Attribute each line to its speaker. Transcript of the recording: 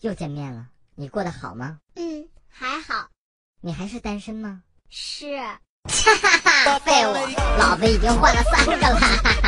Speaker 1: 又见面了，你过得好吗？
Speaker 2: 嗯，还好。
Speaker 1: 你还是单身吗？
Speaker 2: 是。
Speaker 1: 哈哈哈，废物，老子已经换了三个啦。